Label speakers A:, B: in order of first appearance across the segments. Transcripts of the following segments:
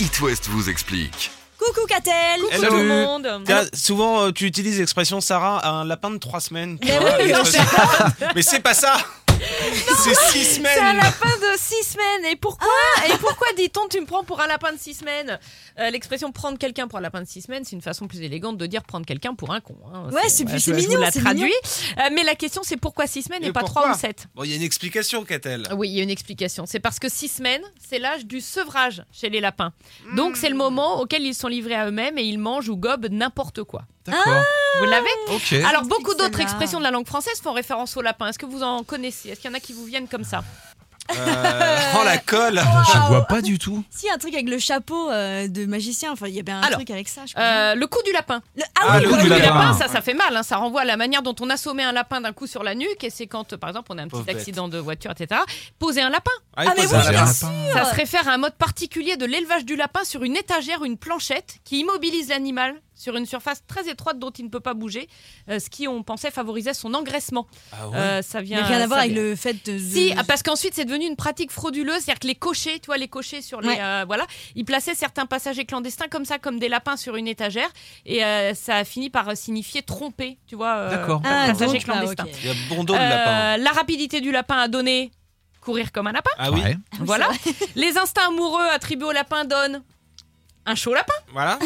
A: It West vous explique.
B: Coucou Catel
C: Hello.
B: tout le monde
C: Tiens, souvent, euh, tu utilises l'expression Sarah à un lapin de 3 semaines. tu
B: Mais
C: vois,
B: oui,
C: l'expression- Mais c'est pas ça C'est 6
B: C'est un
C: semaines
B: lapin de 6 semaines Et pourquoi
D: Ah.
B: Et pourquoi dit-on tu me prends pour un lapin de 6 semaines Euh, L'expression prendre quelqu'un pour un lapin de 6 semaines, c'est une façon plus élégante de dire prendre quelqu'un pour un con.
D: Ouais,
B: hein.
D: c'est-
B: voilà,
D: c'est
B: je- je vous
D: mignon,
B: la
D: c'est
B: traduis. Euh, mais la question c'est pourquoi 6 semaines et,
C: Et
B: pas
C: pourquoi
B: 3 ou 7
C: Bon, il y a une explication, Catel.
B: Oui, il y a une explication. C'est parce que 6 semaines, c'est l'âge du sevrage chez les lapins.
C: Hmm.
B: Donc c'est le moment auquel ils sont livrés à eux-mêmes et ils mangent ou gobent n'importe quoi.
D: D'accord.
B: Vous l'avez Alors
C: Ok.
D: Explique
B: beaucoup d'autres
D: celle-là.
B: expressions de la langue française font référence au lapin. Est-ce que vous en connaissez Est-ce qu'il y en a qui vous viennent comme ça
C: Oh, la colle
E: Je vois pas du tout.
D: Si, un truc avec le chapeau euh, de magicien. Enfin, il y avait un
B: Alors,
D: truc avec ça, je crois.
B: Euh, Le coup du lapin.
D: Le-
C: ah, le
B: Le
C: coup
B: coup
C: du
B: du
C: lapin.
B: lapin, ça, ça fait mal. hein. Ça renvoie à la manière dont on assommait un lapin d'un coup sur la nuque. Et c'est quand, euh, par exemple, on a un petit
C: Pauvre bête.
B: accident de voiture, etc. Poser un lapin.
C: il
D: Ah,
C: faut
D: mais oui,
C: ça, un
E: J'ai un
C: lapin.
E: lapin.
B: Ça se réfère à un mode particulier de l'élevage du lapin sur une étagère, une planchette, qui immobilise l'animal sur une surface très étroite dont il ne peut pas bouger. euh, ce qui, on pensait, favorisait son engraissement.
C: Ah ouais.
B: Euh, ça vient.
D: Mais rien à
B: ça
D: voir avec
B: vient-
D: le fait de.
B: Si,
D: de-
B: ah, parce qu'ensuite c'est devenu une pratique frauduleuse, c'est-à-dire que les cochers, tu vois, les cochers sur les,
D: Ouais.
B: euh, voilà, ils plaçaient certains passagers clandestins comme ça, comme des lapins sur une étagère, et euh, ça a fini par euh, signifier tromper, tu vois, euh,
C: D'accord.
D: Ah,
B: passager
D: donc, bah,
B: clandestin.
D: ok.
C: Il y a bon dos de
B: Euh,
C: lapin.
B: la rapidité du lapin a donné courir comme un lapin,
C: Ah oui,
E: Ouais.
D: Ah oui,
B: voilà. Les instincts amoureux attribués au lapin donnent un chaud lapin.
C: voilà.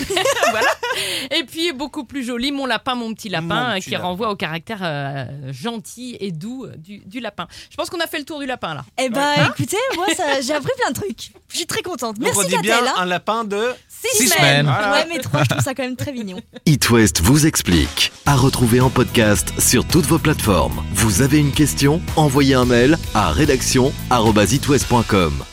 B: Et puis beaucoup plus joli, mon lapin, mon petit lapin,
C: Mon
B: euh,
C: petit
B: qui
C: lapin.
B: renvoie au caractère euh, gentil et doux euh, du, du lapin. Je pense qu'on a fait le tour du lapin là.
D: Eh bah,
B: Hein
D: écoutez, moi, ça- j'ai appris plein de trucs. Je suis très contente.
C: Donc on
D: Merci,
C: dit bien
D: Catel. hein.
C: un lapin de...
E: Six semaines.
C: Voilà.
D: Ouais, mais trois, je trouve ça quand même très mignon.
A: It West vous explique. À retrouver en podcast sur toutes vos plateformes. Vous avez une question Envoyez un mail à rédaction@itwest.com.